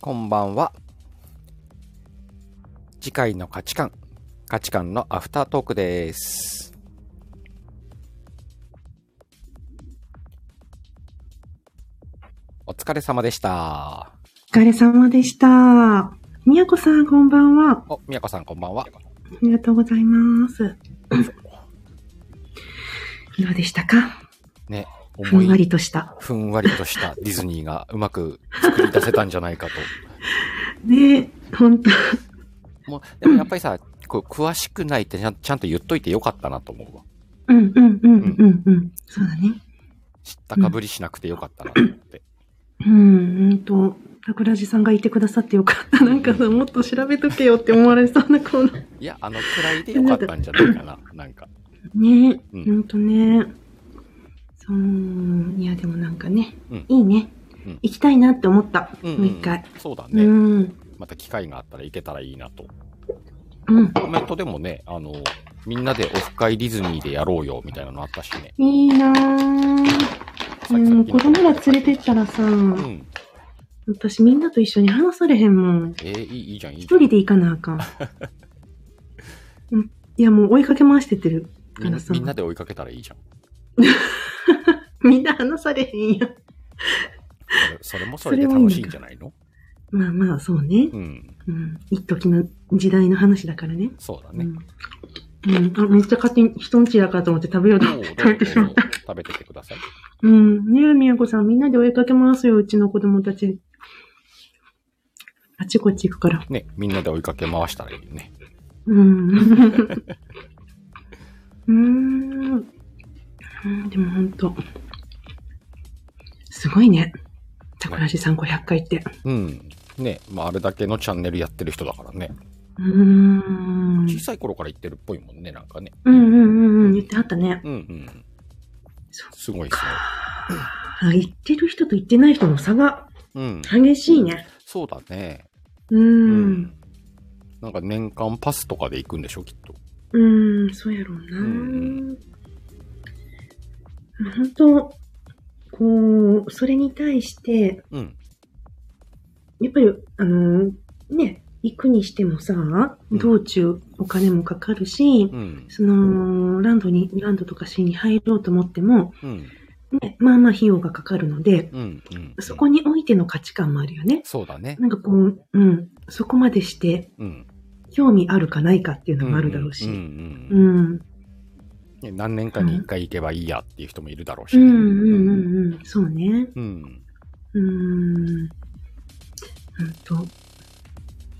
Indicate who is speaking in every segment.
Speaker 1: こんばんは。次回の価値観、価値観のアフタートークです。お疲れ様でした。
Speaker 2: お疲れ様でした。みやこさん、こんばんは。
Speaker 1: お、みやこさんこんばんは。
Speaker 2: ありがとうござ います。どうでしたか
Speaker 1: ね、
Speaker 2: ふんわ
Speaker 1: 思い、
Speaker 2: りとした。
Speaker 1: ふんわりとしたディズニーがうまく作り出せたんじゃないかと。
Speaker 2: ねほんと。
Speaker 1: もう、でもやっぱりさ、こう詳しくないってちゃんちゃんと言っといてよかったなと思うわ。
Speaker 2: うんうんうんうんうん。そうだね。
Speaker 1: 知ったかぶりしなくてよかったなと思って。
Speaker 2: うん、うんと。桜地さんがいてくださってよかった。なんかさ、もっと調べとけよって思われそうなコーナ
Speaker 1: いや、あのくらいでよかったんじゃないかな、なんか。
Speaker 2: ー。ね
Speaker 1: うん
Speaker 2: ほんとね。そう。いや、でもなんかね
Speaker 1: うん。
Speaker 2: いいね
Speaker 1: うん。
Speaker 2: 行きたいなって思った。
Speaker 1: う
Speaker 2: も
Speaker 1: ん
Speaker 2: う一回。。
Speaker 1: そうだ
Speaker 2: う
Speaker 1: ね。
Speaker 2: ん。
Speaker 1: また機会があったら行けたらいいなと。
Speaker 2: うん。
Speaker 1: コメントでもね、あの、みんなでオフ会ディズニーでやろうよ、みたいなのあったしね。
Speaker 2: いいなぁ。
Speaker 1: さ
Speaker 2: う
Speaker 1: っきさっ
Speaker 2: ん、
Speaker 1: き
Speaker 2: 子
Speaker 1: の
Speaker 2: 供ら連れてったらさ、
Speaker 1: うん。
Speaker 2: 私みんなと一緒に話されへんもん。
Speaker 1: えーいいいいじゃん、いいじ
Speaker 2: 一
Speaker 1: ゃん。
Speaker 2: 人で行かなあ かん。うん、いや、もう追いかけ回してってる。
Speaker 1: みんな
Speaker 2: そう
Speaker 1: みんなで追いかけたらいいじゃん。
Speaker 2: みんな話されへんやん。
Speaker 1: それそれもそれで楽しいんじゃないの
Speaker 2: まあまあ、そうね。
Speaker 1: うん。
Speaker 2: うん。一時の時代の話だからね。
Speaker 1: そうだ
Speaker 2: う
Speaker 1: ね。
Speaker 2: ん。うん、あめっちゃ勝手に人んちだからと思って食べようと
Speaker 1: ど
Speaker 2: 思っ
Speaker 1: う
Speaker 2: て
Speaker 1: ぞ
Speaker 2: 食べてしま
Speaker 1: どう
Speaker 2: っ
Speaker 1: ぞ
Speaker 2: た。
Speaker 1: 食べてってください。
Speaker 2: うん。ねえ、みやこさん、みんなで追いかけ回すよ、うちの子供たち。あちこち行くから。
Speaker 1: ね、みんなで追いかけ回したらいいよね。
Speaker 2: うん。うーん。うんでもほんと、すごいね。桜地さん500回って。
Speaker 1: うん。ね、まあ、あれだけのチャンネルやってる人だからね。
Speaker 2: うーん。
Speaker 1: 小さい頃から言ってるっぽいもんね、なんかね。
Speaker 2: うんうんうんうん。言ってはったね。
Speaker 1: うんうん
Speaker 2: そ。
Speaker 1: すごいです
Speaker 2: あ言ってる人と言ってない人の差が
Speaker 1: ね。うん。
Speaker 2: 激しいね。
Speaker 1: そうだね。
Speaker 2: うー。。
Speaker 1: うんなんか年間パスとかで行くんでしょ、きっと。
Speaker 2: うーん、そうやろうな。
Speaker 1: ん
Speaker 2: ほんと、こう、それに対して、
Speaker 1: うん。
Speaker 2: やっぱり、あのーね、行くにしてもさ、
Speaker 1: ん
Speaker 2: 道中お金もかかるし、
Speaker 1: うん。
Speaker 2: その、ランドに、ランドとか市に入ろうと思っても、
Speaker 1: うん。
Speaker 2: ね、まあまあ費用がかかるので、
Speaker 1: うん。うん。
Speaker 2: そこにおいての価値観もあるよね。
Speaker 1: そうだね。
Speaker 2: なんかこう、うん、そこまでして、
Speaker 1: うん。
Speaker 2: 興味あるかないかっていうのもあるだ
Speaker 1: う
Speaker 2: ろう
Speaker 1: んう
Speaker 2: し。
Speaker 1: ん
Speaker 2: う
Speaker 1: うん
Speaker 2: ん、
Speaker 1: ね何年かに一回行けばいいやっていう人もいるだろうし
Speaker 2: う
Speaker 1: ね。
Speaker 2: ん、うん、うん、うん、そうね。
Speaker 1: うん。うん。
Speaker 2: うーん、ほんと。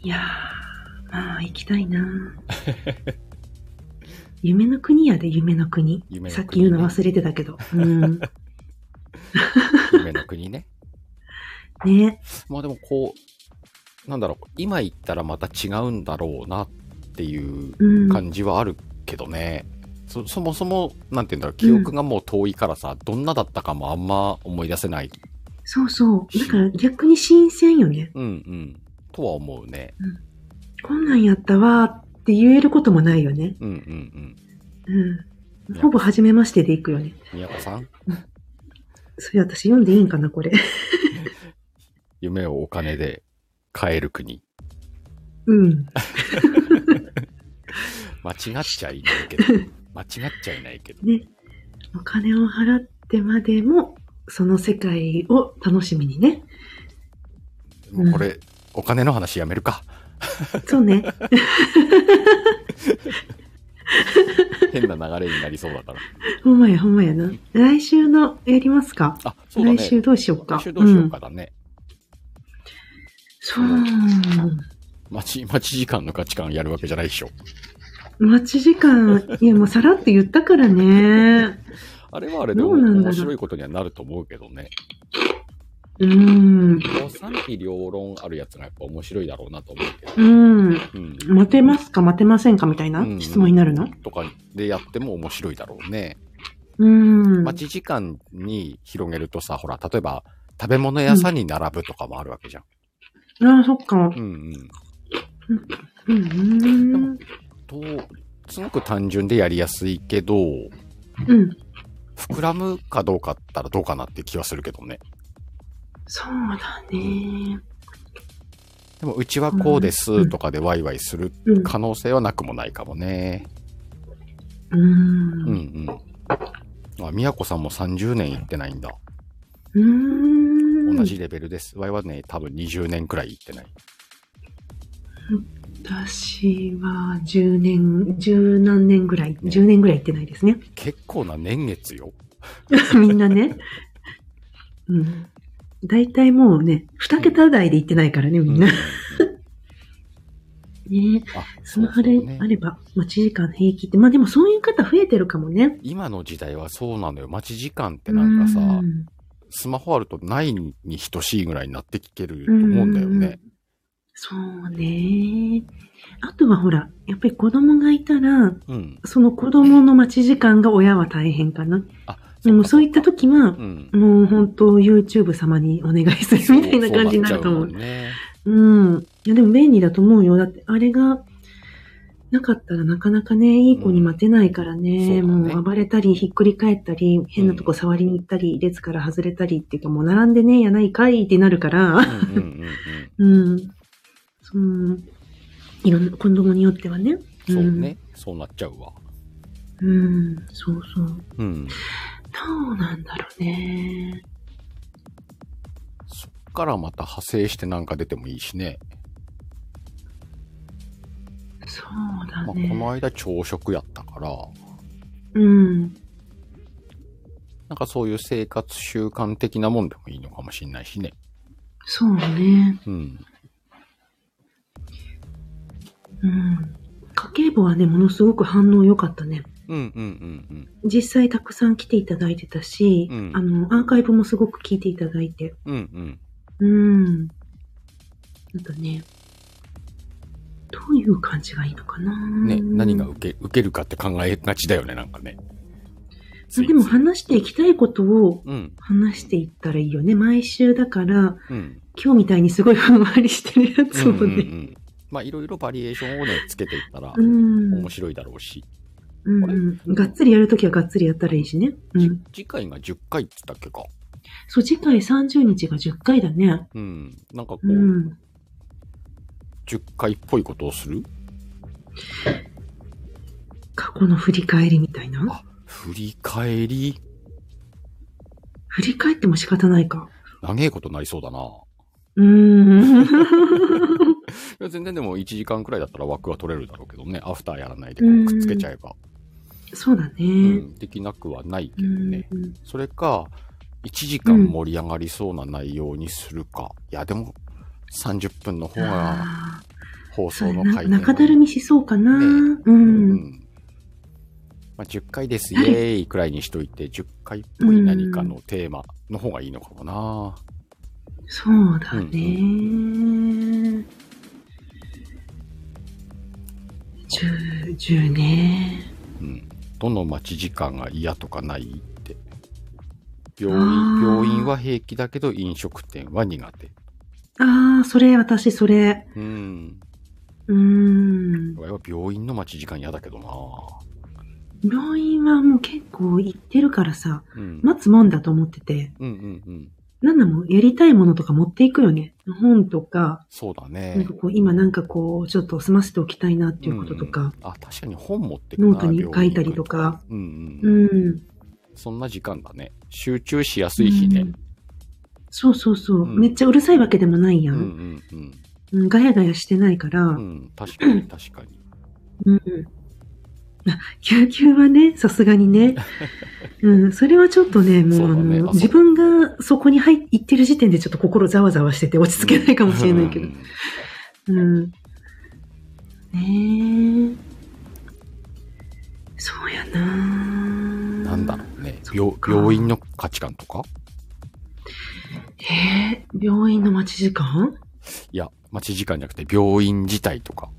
Speaker 2: いやー、まあ、行きたい な夢の国やで、夢の国。
Speaker 1: 夢の国ね
Speaker 2: さっき言うの忘れてたけど。うん。
Speaker 1: 夢の国ね。
Speaker 2: ね。
Speaker 1: まあでもこう、なんだろう、今行ったらまた違うんだろうなっていう
Speaker 2: うん。
Speaker 1: 感じはあるけどね。そそもそも、なんて言うんだろう、記憶がもう遠いからさ、どんなだったかもあんま思い出せない。
Speaker 2: そうそう。だから逆に新鮮よね。
Speaker 1: うんうん。とは思うね。
Speaker 2: こんなんやったわーって言えることもないよね。
Speaker 1: うんうん
Speaker 2: うん。ほぼ初めましてで行くよね。
Speaker 1: うん。宮子さん、
Speaker 2: それ私読んでいいんかな、これ。
Speaker 1: 夢をお金で買える国。
Speaker 2: うん。
Speaker 1: 間違っちゃいない けど。間違っちゃいないけど。
Speaker 2: ね。お金を払ってまでも、その世界を楽しみにね。
Speaker 1: もうこれ、お金の話やめるか。
Speaker 2: そうね。
Speaker 1: 変な流れになりそうだから。
Speaker 2: ほんまや、ほんまやな。来週のやりますか、
Speaker 1: あ、そうだね。
Speaker 2: 来週どうしようか。。
Speaker 1: 来週どうしようんかだね。
Speaker 2: そう。
Speaker 1: 待ち、待ち時間の価値観やるわけじゃないでしょ。
Speaker 2: 待ち時間、いや、もうさらって言ったからね。
Speaker 1: あれはあれで
Speaker 2: どうなんだろう
Speaker 1: 面白いことにはなると思うけどね。
Speaker 2: うん。
Speaker 1: こう賛否両論あるやつがやっぱ面白いだろうなと思うけど。
Speaker 2: うん。
Speaker 1: うん。
Speaker 2: 待てますか待てませんかみたいな
Speaker 1: うん
Speaker 2: 質問になるの
Speaker 1: とかでやっても面白いだろうね。
Speaker 2: うん。
Speaker 1: 待ち時間に広げるとさ、ほら、例えば食べ物屋さんに並ぶとかもあるわけじゃん。
Speaker 2: ああ、そっか
Speaker 1: う。んうん。
Speaker 2: うん。うん。
Speaker 1: と、すごく単純でやりやすいけど、
Speaker 2: うん。
Speaker 1: 膨らむかどうかったらどうかなって気はするけどね。
Speaker 2: そうだね。
Speaker 1: でも、うちはこうですとかでワイワイする
Speaker 2: うん。
Speaker 1: 可能性はなくもないかもね。
Speaker 2: うーん。
Speaker 1: うん
Speaker 2: う
Speaker 1: うん。あ、みやこさんも30年行ってないんだ。
Speaker 2: ーん。
Speaker 1: 同じレベルです。ワイはね、多分20年くらい行ってない。
Speaker 2: 私は10年、十何年ぐらい、
Speaker 1: ね
Speaker 2: 10年ぐらい行ってないですね。
Speaker 1: 結構な年月よ。
Speaker 2: みんなね。うん。大体もうね、2桁台で行ってないからね、みんな。 ね
Speaker 1: あ、
Speaker 2: ス
Speaker 1: そう
Speaker 2: マ
Speaker 1: そ
Speaker 2: ホ
Speaker 1: う
Speaker 2: で
Speaker 1: ね
Speaker 2: あ。れば待ち時間平気って。まあでもそういう方増えてるかもね。
Speaker 1: 今の時代はそうなのよ。待ち時間ってなんかさ、
Speaker 2: うん
Speaker 1: スマホあるとないに等しいぐらいになってきてると思うんだよね。
Speaker 2: そうね。あとはほら、やっぱり子供がいたら、
Speaker 1: うん。
Speaker 2: その子供の待ち時間が親は大変かな。
Speaker 1: あ、
Speaker 2: でもそうい
Speaker 1: っ
Speaker 2: った時は
Speaker 1: た、うん。
Speaker 2: もう本当 YouTube 様にお願いするみたいな感じになると思う。
Speaker 1: そうなっちゃもんね。
Speaker 2: うん。いや、でも便利だと思うよ。だって、あれが、なかったらなかなかね、いい子に待てないからね、
Speaker 1: うんそうだね
Speaker 2: もう暴れたり、ひっくり返ったり、変なとこ触りに行ったり、列から外れたりっていうか、もう並んでねえやないかいってなるから、
Speaker 1: うんうんうんうん。
Speaker 2: うん。その、いろんな、子供によってはね。
Speaker 1: そうね。そうなっちゃうわ。
Speaker 2: うん。うん、そうそう。ど
Speaker 1: うん。
Speaker 2: うなんだろうね。
Speaker 1: そっからまた派生してなんか出てもいいしね。
Speaker 2: そうだ
Speaker 1: まあ、こ
Speaker 2: ね。
Speaker 1: の間朝食やったから、
Speaker 2: うん。
Speaker 1: なんかそういう生活習慣的なもんでもいいのかもしんないしね。
Speaker 2: そうね。
Speaker 1: うん。
Speaker 2: うん。家計簿はね、ものすごく反応良かったね。
Speaker 1: うんうんうん
Speaker 2: 実際たくさん来ていただいてたし、
Speaker 1: うん
Speaker 2: あの、アーカイブもすごく聞いていただいて。
Speaker 1: うん。うんうん。
Speaker 2: うん。あとね、どういう感じがいいのかな
Speaker 1: ね、何が受け、受けるかって考えがちだよね、なんかね。ついつい
Speaker 2: でも話していきたいことを
Speaker 1: うん、
Speaker 2: 話していったらいいよね。毎週だから、
Speaker 1: うん。
Speaker 2: 今日みたいにすごいふんわりしてるやつを
Speaker 1: うんうんう
Speaker 2: ね。
Speaker 1: ん。まあ、いろいろバリエーションをね、つけていったら、
Speaker 2: うん。うん
Speaker 1: 面白いだろうし。
Speaker 2: うんがっつりやるときはがっつりやったらいいしね。うん。
Speaker 1: 次回が10回って言ったっけか。
Speaker 2: そう、次回30日が10回だね。
Speaker 1: うん。なんかこう、
Speaker 2: うん。
Speaker 1: 10回っぽいことをする
Speaker 2: 過去の振り返りみたいな。
Speaker 1: あ、振り返り、
Speaker 2: 振り返っても仕方ないか。
Speaker 1: 長えことになりそうだな。
Speaker 2: うーん。
Speaker 1: いや全然でも1時間くらいだったら枠は取れるだろうけどね。アフターやらないでこ
Speaker 2: うん
Speaker 1: うくっつけちゃえば、
Speaker 2: そうだ
Speaker 1: うん
Speaker 2: ね。
Speaker 1: できなくはないけ
Speaker 2: う
Speaker 1: ど
Speaker 2: ん
Speaker 1: ね。それか、1時間盛り上がりそうな内容にするか。いや、でも、30分の方が
Speaker 2: あ
Speaker 1: 放
Speaker 2: ーそ
Speaker 1: 送
Speaker 2: う
Speaker 1: の
Speaker 2: だ
Speaker 1: 回
Speaker 2: な
Speaker 1: 転
Speaker 2: 中だるみしそうかな。
Speaker 1: ね
Speaker 2: う。
Speaker 1: うんん。まあ、10回です、イエーイくらいにしといて、10回っぽい何かのテーマの方がいいのかもな。
Speaker 2: そうだね。
Speaker 1: う
Speaker 2: 10、10ね。
Speaker 1: うん。どの待ち時間が嫌とかないって。病
Speaker 2: あ
Speaker 1: 院、
Speaker 2: ー
Speaker 1: 病院は平気だけど飲食店は苦手。
Speaker 2: ああ、それ、私、それ。
Speaker 1: うん。
Speaker 2: うーん。
Speaker 1: 俺は病院の待ち時間嫌だけどな。
Speaker 2: 病院はもう結構行ってるからさ、
Speaker 1: うん。
Speaker 2: 待つもんだと思ってて、
Speaker 1: うんうんうん。
Speaker 2: なんだもんやりたいものとか持っていくよね。本とか、
Speaker 1: そうだ
Speaker 2: なん
Speaker 1: ね
Speaker 2: か。こう、今なんかこう、ちょっと済ませておきたいなっていうこととか、
Speaker 1: あ、確かに本持ってくな
Speaker 2: ノートに書いたり
Speaker 1: 病院行
Speaker 2: と。
Speaker 1: く
Speaker 2: か、
Speaker 1: 時うん
Speaker 2: う
Speaker 1: うん。
Speaker 2: ん。
Speaker 1: そんな時間だね。集中しやすい日ね。
Speaker 2: そうそうそう、
Speaker 1: うん
Speaker 2: めっちゃうるさいわけでもないや。
Speaker 1: うんんう
Speaker 2: うん
Speaker 1: んうん。
Speaker 2: ガヤガヤしてないから、う。
Speaker 1: うんん、確か に確かに。
Speaker 2: あ救急はね、さすが にね。うん、それはちょっとね、もう、
Speaker 1: そうだね
Speaker 2: あの
Speaker 1: あそう
Speaker 2: 自分がそこに入っ行ってる時点でちょっと心ざわざわしてて落ち着けないかもしれないけど
Speaker 1: う。ん
Speaker 2: うん。ねえ。そうやな
Speaker 1: なんだろうね。
Speaker 2: そ
Speaker 1: 病
Speaker 2: っか
Speaker 1: 病院の価値観とか
Speaker 2: えー病院の待ち時間
Speaker 1: いや、待ち時間じゃなくて病院自体とか。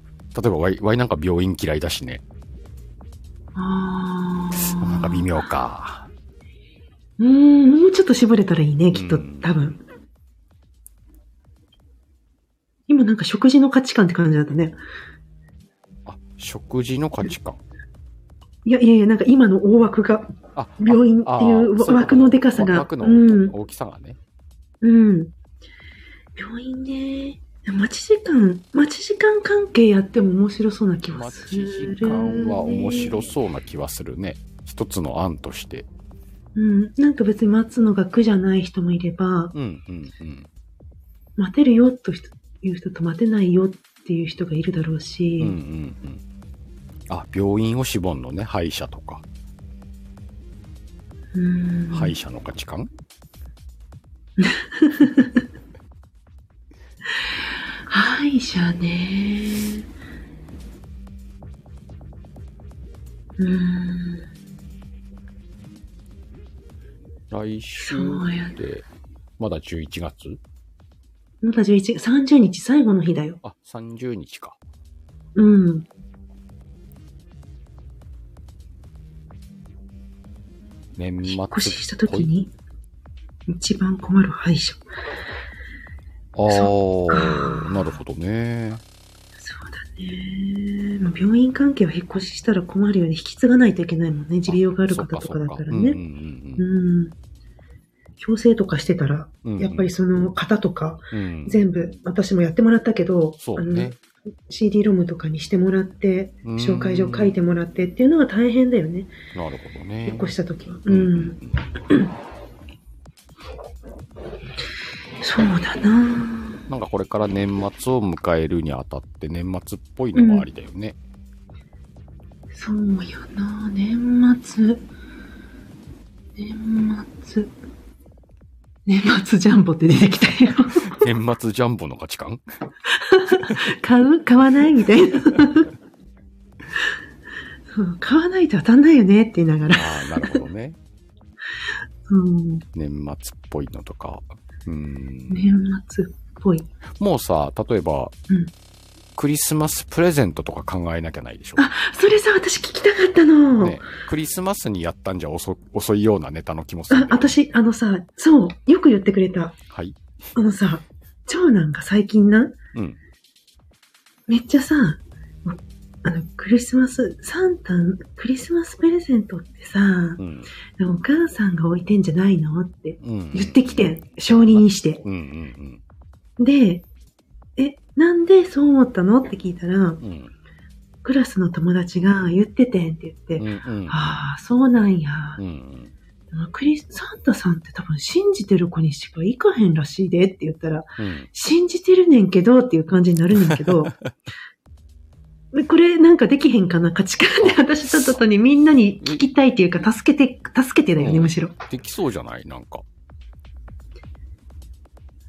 Speaker 1: 例えば、ワイ、ワイなんか病院嫌いだしね。
Speaker 2: ああ。
Speaker 1: なんか微妙か。
Speaker 2: うーん、もうちょっと絞れたらいいね、きっと、
Speaker 1: うん
Speaker 2: 多分。今なんか食事の価値観って感じだったね。
Speaker 1: あ、食事の価値観。
Speaker 2: いやいやいや、なんか今の大枠が、
Speaker 1: あ、
Speaker 2: 病院っていうわ枠のでかさが。
Speaker 1: 枠の
Speaker 2: うん、
Speaker 1: 大きさがね。
Speaker 2: うん。病院ね。や待ち時間、待ち時間関係やっても面白そうな気は
Speaker 1: 待
Speaker 2: す
Speaker 1: ち
Speaker 2: る、ね。
Speaker 1: 時間は面白そうな気はするね。一つの案として。
Speaker 2: うん。なんか別に待つのが苦じゃない人もいれば、
Speaker 1: うんうんうん。
Speaker 2: 待てるよという人と待てないよっていう人がいるだろうし、
Speaker 1: うんうんうん。あ、病院を絞んのね、歯医者とか。
Speaker 2: うん
Speaker 1: 歯医者の価値観
Speaker 2: 歯医者ね。うーん、
Speaker 1: 来週
Speaker 2: そうや
Speaker 1: で、まだ11月
Speaker 2: まだ11、30日最後の日だよ。
Speaker 1: あ、30日か。
Speaker 2: うん。
Speaker 1: 年末
Speaker 2: 引
Speaker 1: っ
Speaker 2: っ越しした
Speaker 1: ぽ
Speaker 2: 時
Speaker 1: い。
Speaker 2: に、一番困る歯医者。
Speaker 1: ああ
Speaker 2: そっか
Speaker 1: ー、なるほどね。
Speaker 2: そうだね。まあ、病院関係は引っ越ししたら困るよね。引き継がないといけないもんね。持病がある方とか
Speaker 1: そ
Speaker 2: だったら
Speaker 1: っかそっかうん
Speaker 2: ね。
Speaker 1: うん
Speaker 2: うん。矯正とかしてたら、
Speaker 1: うんうん
Speaker 2: やっぱりその型とか、
Speaker 1: うん
Speaker 2: 全部、私もやってもらったけど、
Speaker 1: そ
Speaker 2: あ
Speaker 1: う
Speaker 2: の
Speaker 1: ね。
Speaker 2: CD ロムとかにしてもらって、
Speaker 1: うん
Speaker 2: 紹介状書いてもらってっていうのが大変だよね。
Speaker 1: なるほどね。
Speaker 2: 引っ越した時は。
Speaker 1: う
Speaker 2: うんん。
Speaker 1: うんうん。
Speaker 2: そうだな
Speaker 1: なんかこれから年末を迎えるにあたって年末っぽいのもありだよね。
Speaker 2: そうやな年末。年末。年末ジャンボって出てきたよ。
Speaker 1: 年末ジャンボの価値観
Speaker 2: 買う買わないみたいな。 そう買わないと当たんないよねって言いながら。
Speaker 1: ああ、なるほどね。
Speaker 2: うん、
Speaker 1: 年末っぽいのとか。うん。
Speaker 2: 年末っぽい。
Speaker 1: もうさ、例えば、
Speaker 2: うん
Speaker 1: クリスマスプレゼントとか考えなきゃないでしょ。
Speaker 2: それさ、私聞きたかったの。
Speaker 1: ね、クリスマスにやったんじゃ遅遅いようなネタの気もするん
Speaker 2: あ
Speaker 1: だ、よね、
Speaker 2: 私、あのさ、そう、よく言ってくれた。
Speaker 1: はい。
Speaker 2: あのさ、長男が最近な、
Speaker 1: うん。
Speaker 2: めっちゃさ、あの、クリスマス、サンタ、クリスマスプレゼントってさ
Speaker 1: う、ん。
Speaker 2: お母さんが置いてんじゃないのって
Speaker 1: うん。
Speaker 2: 言ってきてん。承認にして。
Speaker 1: うんうん
Speaker 2: で、え、なんでそう思ったのって聞いたら、
Speaker 1: うん。うん。
Speaker 2: クラスの友達が言っててんって言って、
Speaker 1: うんうん。
Speaker 2: ああ、そうなんや。
Speaker 1: うんうん。
Speaker 2: でもクリス、サンタさんって多分信じてる子にしか行かへんらしいでって言ったら、
Speaker 1: うん。
Speaker 2: 信じてるねんけどっていう感じになるねん けど、でこれなんかできへんかな価値観で私たったとにみんなに聞きたいっていうか助けて、助けてだよ
Speaker 1: う
Speaker 2: ね、
Speaker 1: ん
Speaker 2: むしろ。
Speaker 1: できそうじゃないなんか。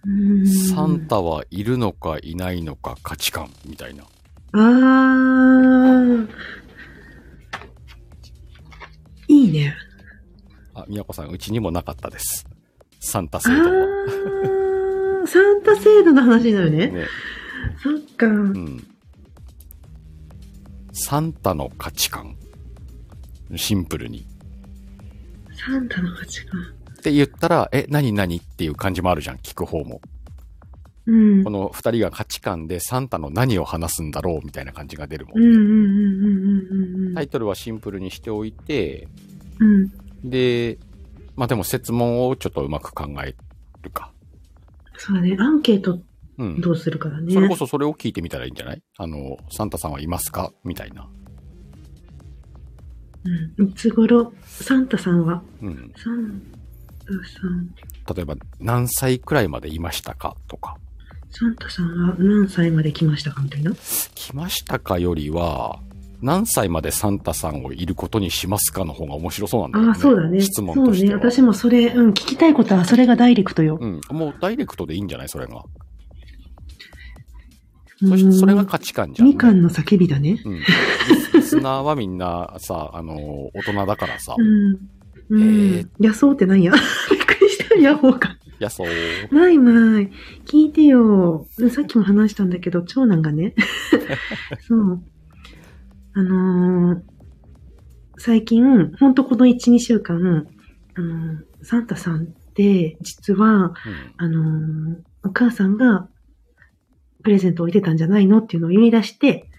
Speaker 2: うん
Speaker 1: サンタはいるのかいないのか価値観みたいな。
Speaker 2: あー。いいね。
Speaker 1: あ、みやこさん、うちにもなかったです。サンタ
Speaker 2: あ
Speaker 1: 制度も。
Speaker 2: ー。サンタ制度の話だよね。
Speaker 1: ね。
Speaker 2: そっか。
Speaker 1: うん。サンタの価値観。シンプルに。
Speaker 2: サンタの価値観。
Speaker 1: って言ったら、え、何何っていう感じもあるじゃん、聞く方も。
Speaker 2: うん。
Speaker 1: この二人が価値観でサンタの何を話すんだろうみたいな感じが出るも。
Speaker 2: うんんうんうんうんうんうんうん。
Speaker 1: タイトルはシンプルにしておいて、
Speaker 2: うん。
Speaker 1: で、まあでも説問をちょっとうまく考えるか。
Speaker 2: そうだね。アンケート
Speaker 1: うん。
Speaker 2: どうするかだね。
Speaker 1: それこそそれを聞いてみたらいいんじゃないあの、サンタさんはいますかみたいな。
Speaker 2: うん。いつ頃、サンタさんは、
Speaker 1: うん。
Speaker 2: サンタさん、
Speaker 1: 例えば、何歳くらいまでいましたかとか。
Speaker 2: サンタさんは何歳まで来ましたかみたいな。
Speaker 1: 来ましたかよりは、何歳までサンタさんをいることにしますかの方が面白そうなんだよ
Speaker 2: あ
Speaker 1: ね。
Speaker 2: あ、そうだね。
Speaker 1: 質問として
Speaker 2: そ
Speaker 1: は。
Speaker 2: うね。私もそれ、うん、聞きたいことは、それがダイレクトよ。
Speaker 1: うん。もうダイレクトでいいんじゃないそれが。
Speaker 2: う
Speaker 1: そし
Speaker 2: ん
Speaker 1: それが価値観じゃん。
Speaker 2: みかんの叫びだね。
Speaker 1: うん。リスリスナーはみんなさ、あの、大人だからさ
Speaker 2: う、ん。う
Speaker 1: えー
Speaker 2: ん。野草ってなんや びっくりした。野草か。
Speaker 1: 野草を
Speaker 2: まいまい。聞いてよ。さっきも話したんだけど、長男がね。 そう。あのー最近、ほんとこの1、2週間、あのーサンタさんって、実は、
Speaker 1: うん
Speaker 2: あのーお母さんが、プレゼント置いてたんじゃないのっていうのを言い出して、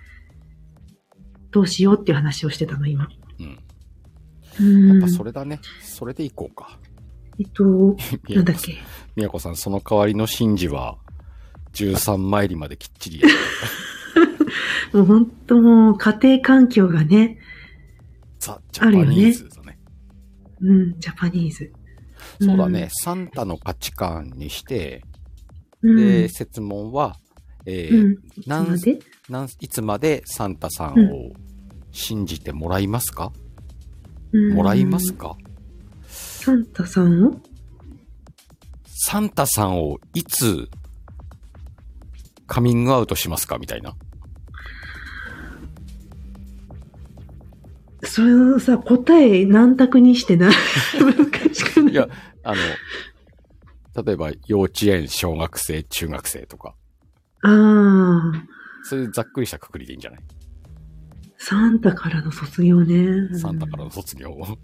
Speaker 2: どうしようっていう話をしてたの、今。
Speaker 1: うん。
Speaker 2: うー
Speaker 1: や
Speaker 2: ん。
Speaker 1: っぱそれだね。それでいこうか。
Speaker 2: えっと、
Speaker 1: いや
Speaker 2: なんだっけ。
Speaker 1: みやこさん、その代わりのシンジは、 13参りまできっちりやる。
Speaker 2: もう本当もう家庭環境がね、
Speaker 1: ザ・ジャパニーズだね。
Speaker 2: うん、ジャパニーズ。
Speaker 1: そうだね。サンタの価値観にして、
Speaker 2: うん。
Speaker 1: で、説問は、え
Speaker 2: う
Speaker 1: ー
Speaker 2: ん。な
Speaker 1: なん
Speaker 2: んで
Speaker 1: なんいつまでサンタさんを信じてもらいますか、もらいます
Speaker 2: うん
Speaker 1: か
Speaker 2: サンタさんを
Speaker 1: サンタさんをいつカミングアウトしますかみたいな。
Speaker 2: それをさ、答え何択にし てな。難しくない
Speaker 1: いや、あの、例えば幼稚園、小学生、中学生とか、
Speaker 2: ああ、
Speaker 1: そういうざっくりしたくくりでいいんじゃない
Speaker 2: サンタからの卒業ね。
Speaker 1: サンタからの卒業 を。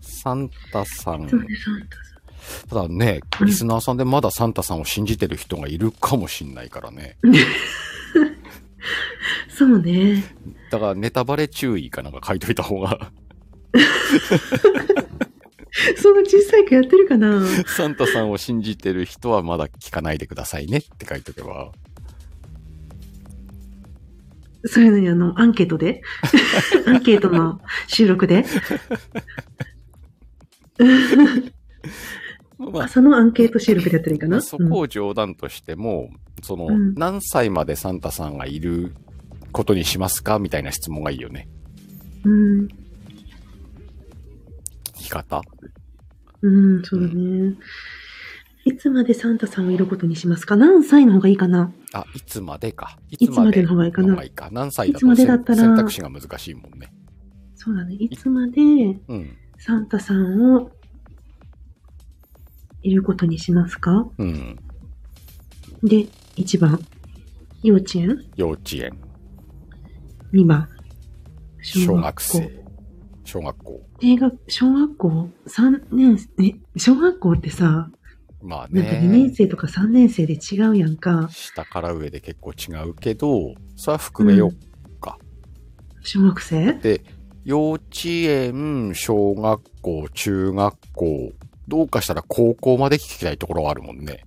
Speaker 1: サンタさん、
Speaker 2: そうね、サンタさ
Speaker 1: ただね、リスナーさんでまだサンタさんを信じてる人がいるかもしんないからね。
Speaker 2: ん。そうね。
Speaker 1: だからネタバレ注意かなんか書いといた方が、
Speaker 2: そんな小さい子やってるかな
Speaker 1: サンタさんを信じてる人はまだ聞かないでくださいねって書いとけば。
Speaker 2: そういうのにあの、アンケート でアンケートの収録で、
Speaker 1: まあ、
Speaker 2: 朝のアンケート収録でやったらいいかな
Speaker 1: そこを冗談としても、その、
Speaker 2: うん
Speaker 1: 何歳までサンタさんがいることにしますかみたいな質問がいいよね。
Speaker 2: うん、
Speaker 1: 聞き方
Speaker 2: うん、うんそうだね。いつまでサンタさんをいることにしますか何歳の方がいいかな
Speaker 1: あ、いつまでか。い
Speaker 2: つまでの方がいいかな
Speaker 1: つまでの方がいいか何歳だ
Speaker 2: いつまでだっ
Speaker 1: と
Speaker 2: たら
Speaker 1: 選択肢が難しいもんね。
Speaker 2: そうだね。いつまで
Speaker 1: うん。
Speaker 2: サンタさんをいることにしますか
Speaker 1: うん。
Speaker 2: で、1番、幼稚園。
Speaker 1: 幼稚園、
Speaker 2: 2番、
Speaker 1: 小学生、小学校。
Speaker 2: 低学、小学校 ?3 年生、え、小学校ってさ、
Speaker 1: まあ
Speaker 2: なんか2年
Speaker 1: ね、
Speaker 2: 生とか3年生で違うやんか。
Speaker 1: 下から上で結構違うけど、それは含めよう
Speaker 2: 小学生
Speaker 1: で、幼稚園、小学校、中学校、どうかしたら高校まで聞きたいところはあるもんね。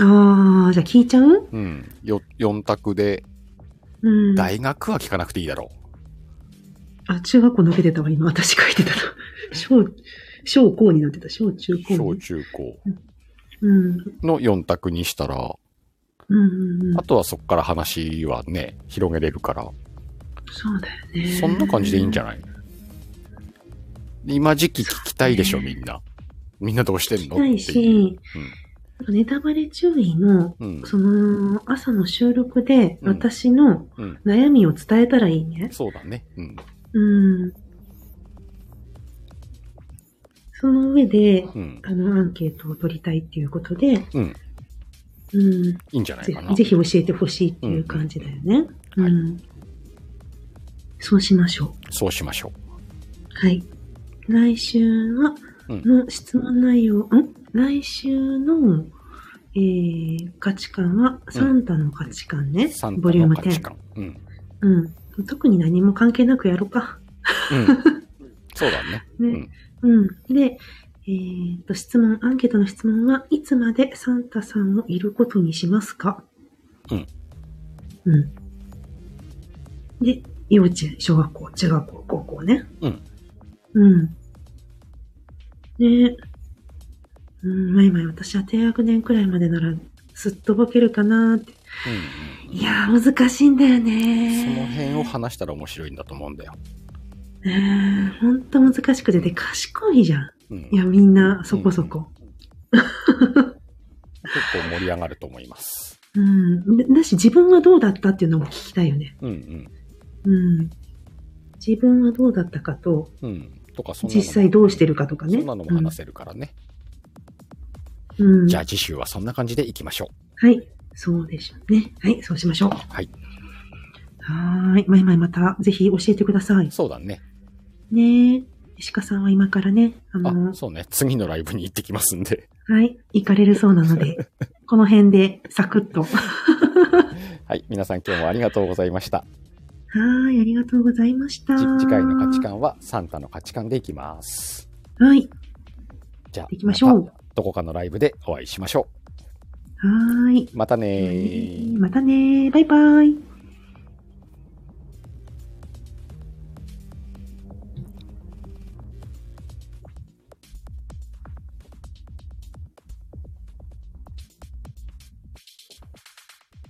Speaker 2: ああ、じゃあ聞いちゃう
Speaker 1: うん。よ、4択で、
Speaker 2: うん。
Speaker 1: 大学は聞かなくていいだろ
Speaker 2: あ、中学校抜けてたわ、今。私書 いてたの。小、小高になってた。小中
Speaker 1: う。
Speaker 2: 高
Speaker 1: 小
Speaker 2: ね。
Speaker 1: 中高
Speaker 2: うん。うん
Speaker 1: の4択にしたら、
Speaker 2: うんうん
Speaker 1: あ。とはそっから話はね、広げれるから、
Speaker 2: そうだよね。
Speaker 1: そんな感じでいいんじ
Speaker 2: ゃ
Speaker 1: ゃない今時期聞きたいでしょ、みんな。みんなどうしてんの
Speaker 2: ない
Speaker 1: っていう。
Speaker 2: し、なんかネタバレ注意の、
Speaker 1: うん。うん。
Speaker 2: その、朝の収録で、
Speaker 1: うん
Speaker 2: 私の
Speaker 1: うん。
Speaker 2: 悩みを伝えたらいいね。
Speaker 1: そうだね。うん。
Speaker 2: うん。その上で、
Speaker 1: うん。
Speaker 2: あの、アンケートを取りたいっていうことで、
Speaker 1: うん。
Speaker 2: うん、
Speaker 1: いいんじゃない
Speaker 2: ぜ
Speaker 1: かな。
Speaker 2: ぜひ教えてほしいっていう感じだよね。
Speaker 1: うん
Speaker 2: う
Speaker 1: は
Speaker 2: ん
Speaker 1: い
Speaker 2: そうしましょ
Speaker 1: そうしましょう。
Speaker 2: う。はい。来週は、
Speaker 1: うん
Speaker 2: の質問内容、ん来週の、えー、価値観は、サンタの価値観ね。
Speaker 1: サン
Speaker 2: ボ
Speaker 1: タ
Speaker 2: リュー
Speaker 1: の
Speaker 2: ム
Speaker 1: 価値
Speaker 2: 10。
Speaker 1: 観。うん。
Speaker 2: うん。特に何も関係なくやろうか。
Speaker 1: うん。 そうだね。
Speaker 2: ね。うん。で、えー、と、質問、アンケートの質問は、いつまでサンタさんをいることにしますか
Speaker 1: うん。
Speaker 2: うん。で、幼稚園、小学校、中学校、高校ね。
Speaker 1: うん。
Speaker 2: うん。で、うん、まいまい私は低学年くらいまでなら、すっとぼけるかなーって。
Speaker 1: うん。
Speaker 2: いやー、難しいんだよ
Speaker 1: そ
Speaker 2: ね
Speaker 1: の辺を話したら面白いんだと思うんだよ。
Speaker 2: えー、ほんと難しくて、で、賢いじゃん。
Speaker 1: うん。
Speaker 2: いや、
Speaker 1: 結
Speaker 2: みんな、そこそこ。
Speaker 1: 構盛り上がると思います。
Speaker 2: うん。だだし、自分はどうだったっていうのも聞きたいよね。
Speaker 1: うん
Speaker 2: うん。自分はどうだったかと、
Speaker 1: うん。うん。とか、そんなの
Speaker 2: 実
Speaker 1: も
Speaker 2: 際どうしてるかとかね。
Speaker 1: そんなのも話せるからね。
Speaker 2: うん。
Speaker 1: じゃあ次週はそんな感じでいきましょ
Speaker 2: はい。そうでしょうね。はい。そうしましょう。
Speaker 1: う。はい。
Speaker 2: はーい。まいまいまた、ぜひ教えてください。
Speaker 1: そうだね。
Speaker 2: ねえ。鹿さんは今からね、あの
Speaker 1: あ、、そうね。次のライブに行ってきますんで。
Speaker 2: はい。行かれるそうな ので、この辺で、サクッと。は
Speaker 1: はい。皆さん今日もありがとうございました。
Speaker 2: ーい。ありがとうございました。
Speaker 1: じ次回の価値。観はサンタの価値観でいきます。
Speaker 2: はい。
Speaker 1: じゃあ、
Speaker 2: 行きましょう
Speaker 1: たどこかのライブでお会いしましょ
Speaker 2: はーい。
Speaker 1: う。またねー。
Speaker 2: またねー。バイバイ。